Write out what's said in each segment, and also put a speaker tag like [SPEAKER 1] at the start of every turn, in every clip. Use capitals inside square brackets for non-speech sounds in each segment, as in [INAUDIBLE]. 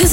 [SPEAKER 1] this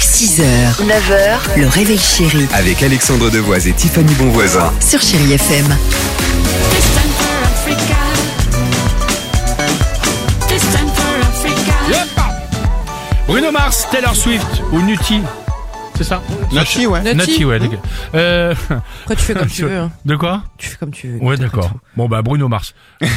[SPEAKER 2] 6h, 9h, le réveil chéri
[SPEAKER 3] avec Alexandre Devoise et Tiffany Bonvoisin.
[SPEAKER 2] sur Chérie FM.
[SPEAKER 4] Bruno Mars, Taylor Swift ou Nutty C'est ça Nutty, ouais. Nutty, ouais. d'accord. Euh,
[SPEAKER 5] Mmh. Après, tu fais comme tu veux. hein.
[SPEAKER 4] de quoi
[SPEAKER 5] Tu fais comme tu veux.
[SPEAKER 4] Ouais, d'accord. Bon, bah, Bruno Mars. Euh,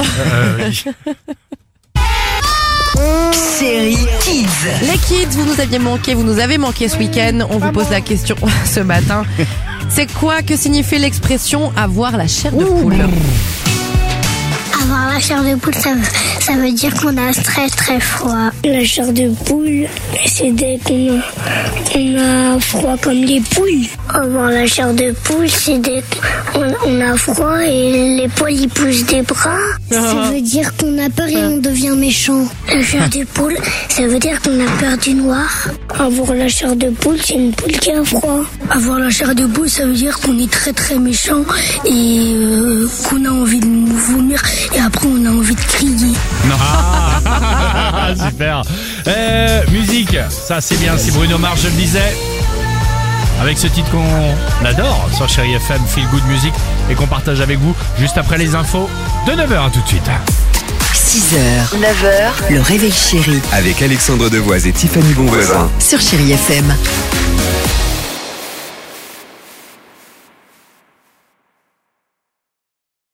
[SPEAKER 2] Chérie Kids.
[SPEAKER 5] Les kids, vous nous aviez manqué, vous nous avez manqué ce week-end. On vous pose la question [LAUGHS] ce matin. C'est quoi que signifie l'expression avoir la chair de poule
[SPEAKER 6] Avoir la chair de poule, ça, veut- ça veut dire qu'on a très très froid. La chair de poule, c'est dès qu'on a, froid comme des poules. Avoir la chair de poule, c'est dès qu'on on a froid et les poils ils poussent des bras. Ça veut dire qu'on a peur et on devient méchant. La chair de poule, ça veut dire qu'on a peur du noir. Avoir la chair de poule, c'est une poule qui a froid. Avoir la chair de poule, ça veut dire qu'on est très très méchant et euh, qu'on a envie de vomir et après on a envie de crier.
[SPEAKER 5] [LAUGHS]
[SPEAKER 4] Non. Ah, super. Euh, musique, ça c'est bien, c'est Bruno Mars, je le disais. Avec ce titre qu'on adore sur Chéri FM, Feel Good Music, et qu'on partage avec vous juste après les infos de 9h. À tout de suite.
[SPEAKER 2] 6h, 9h, le réveil chéri
[SPEAKER 3] Avec Alexandre Devoise et Tiffany Bonvoisin.
[SPEAKER 2] sur Chérie FM.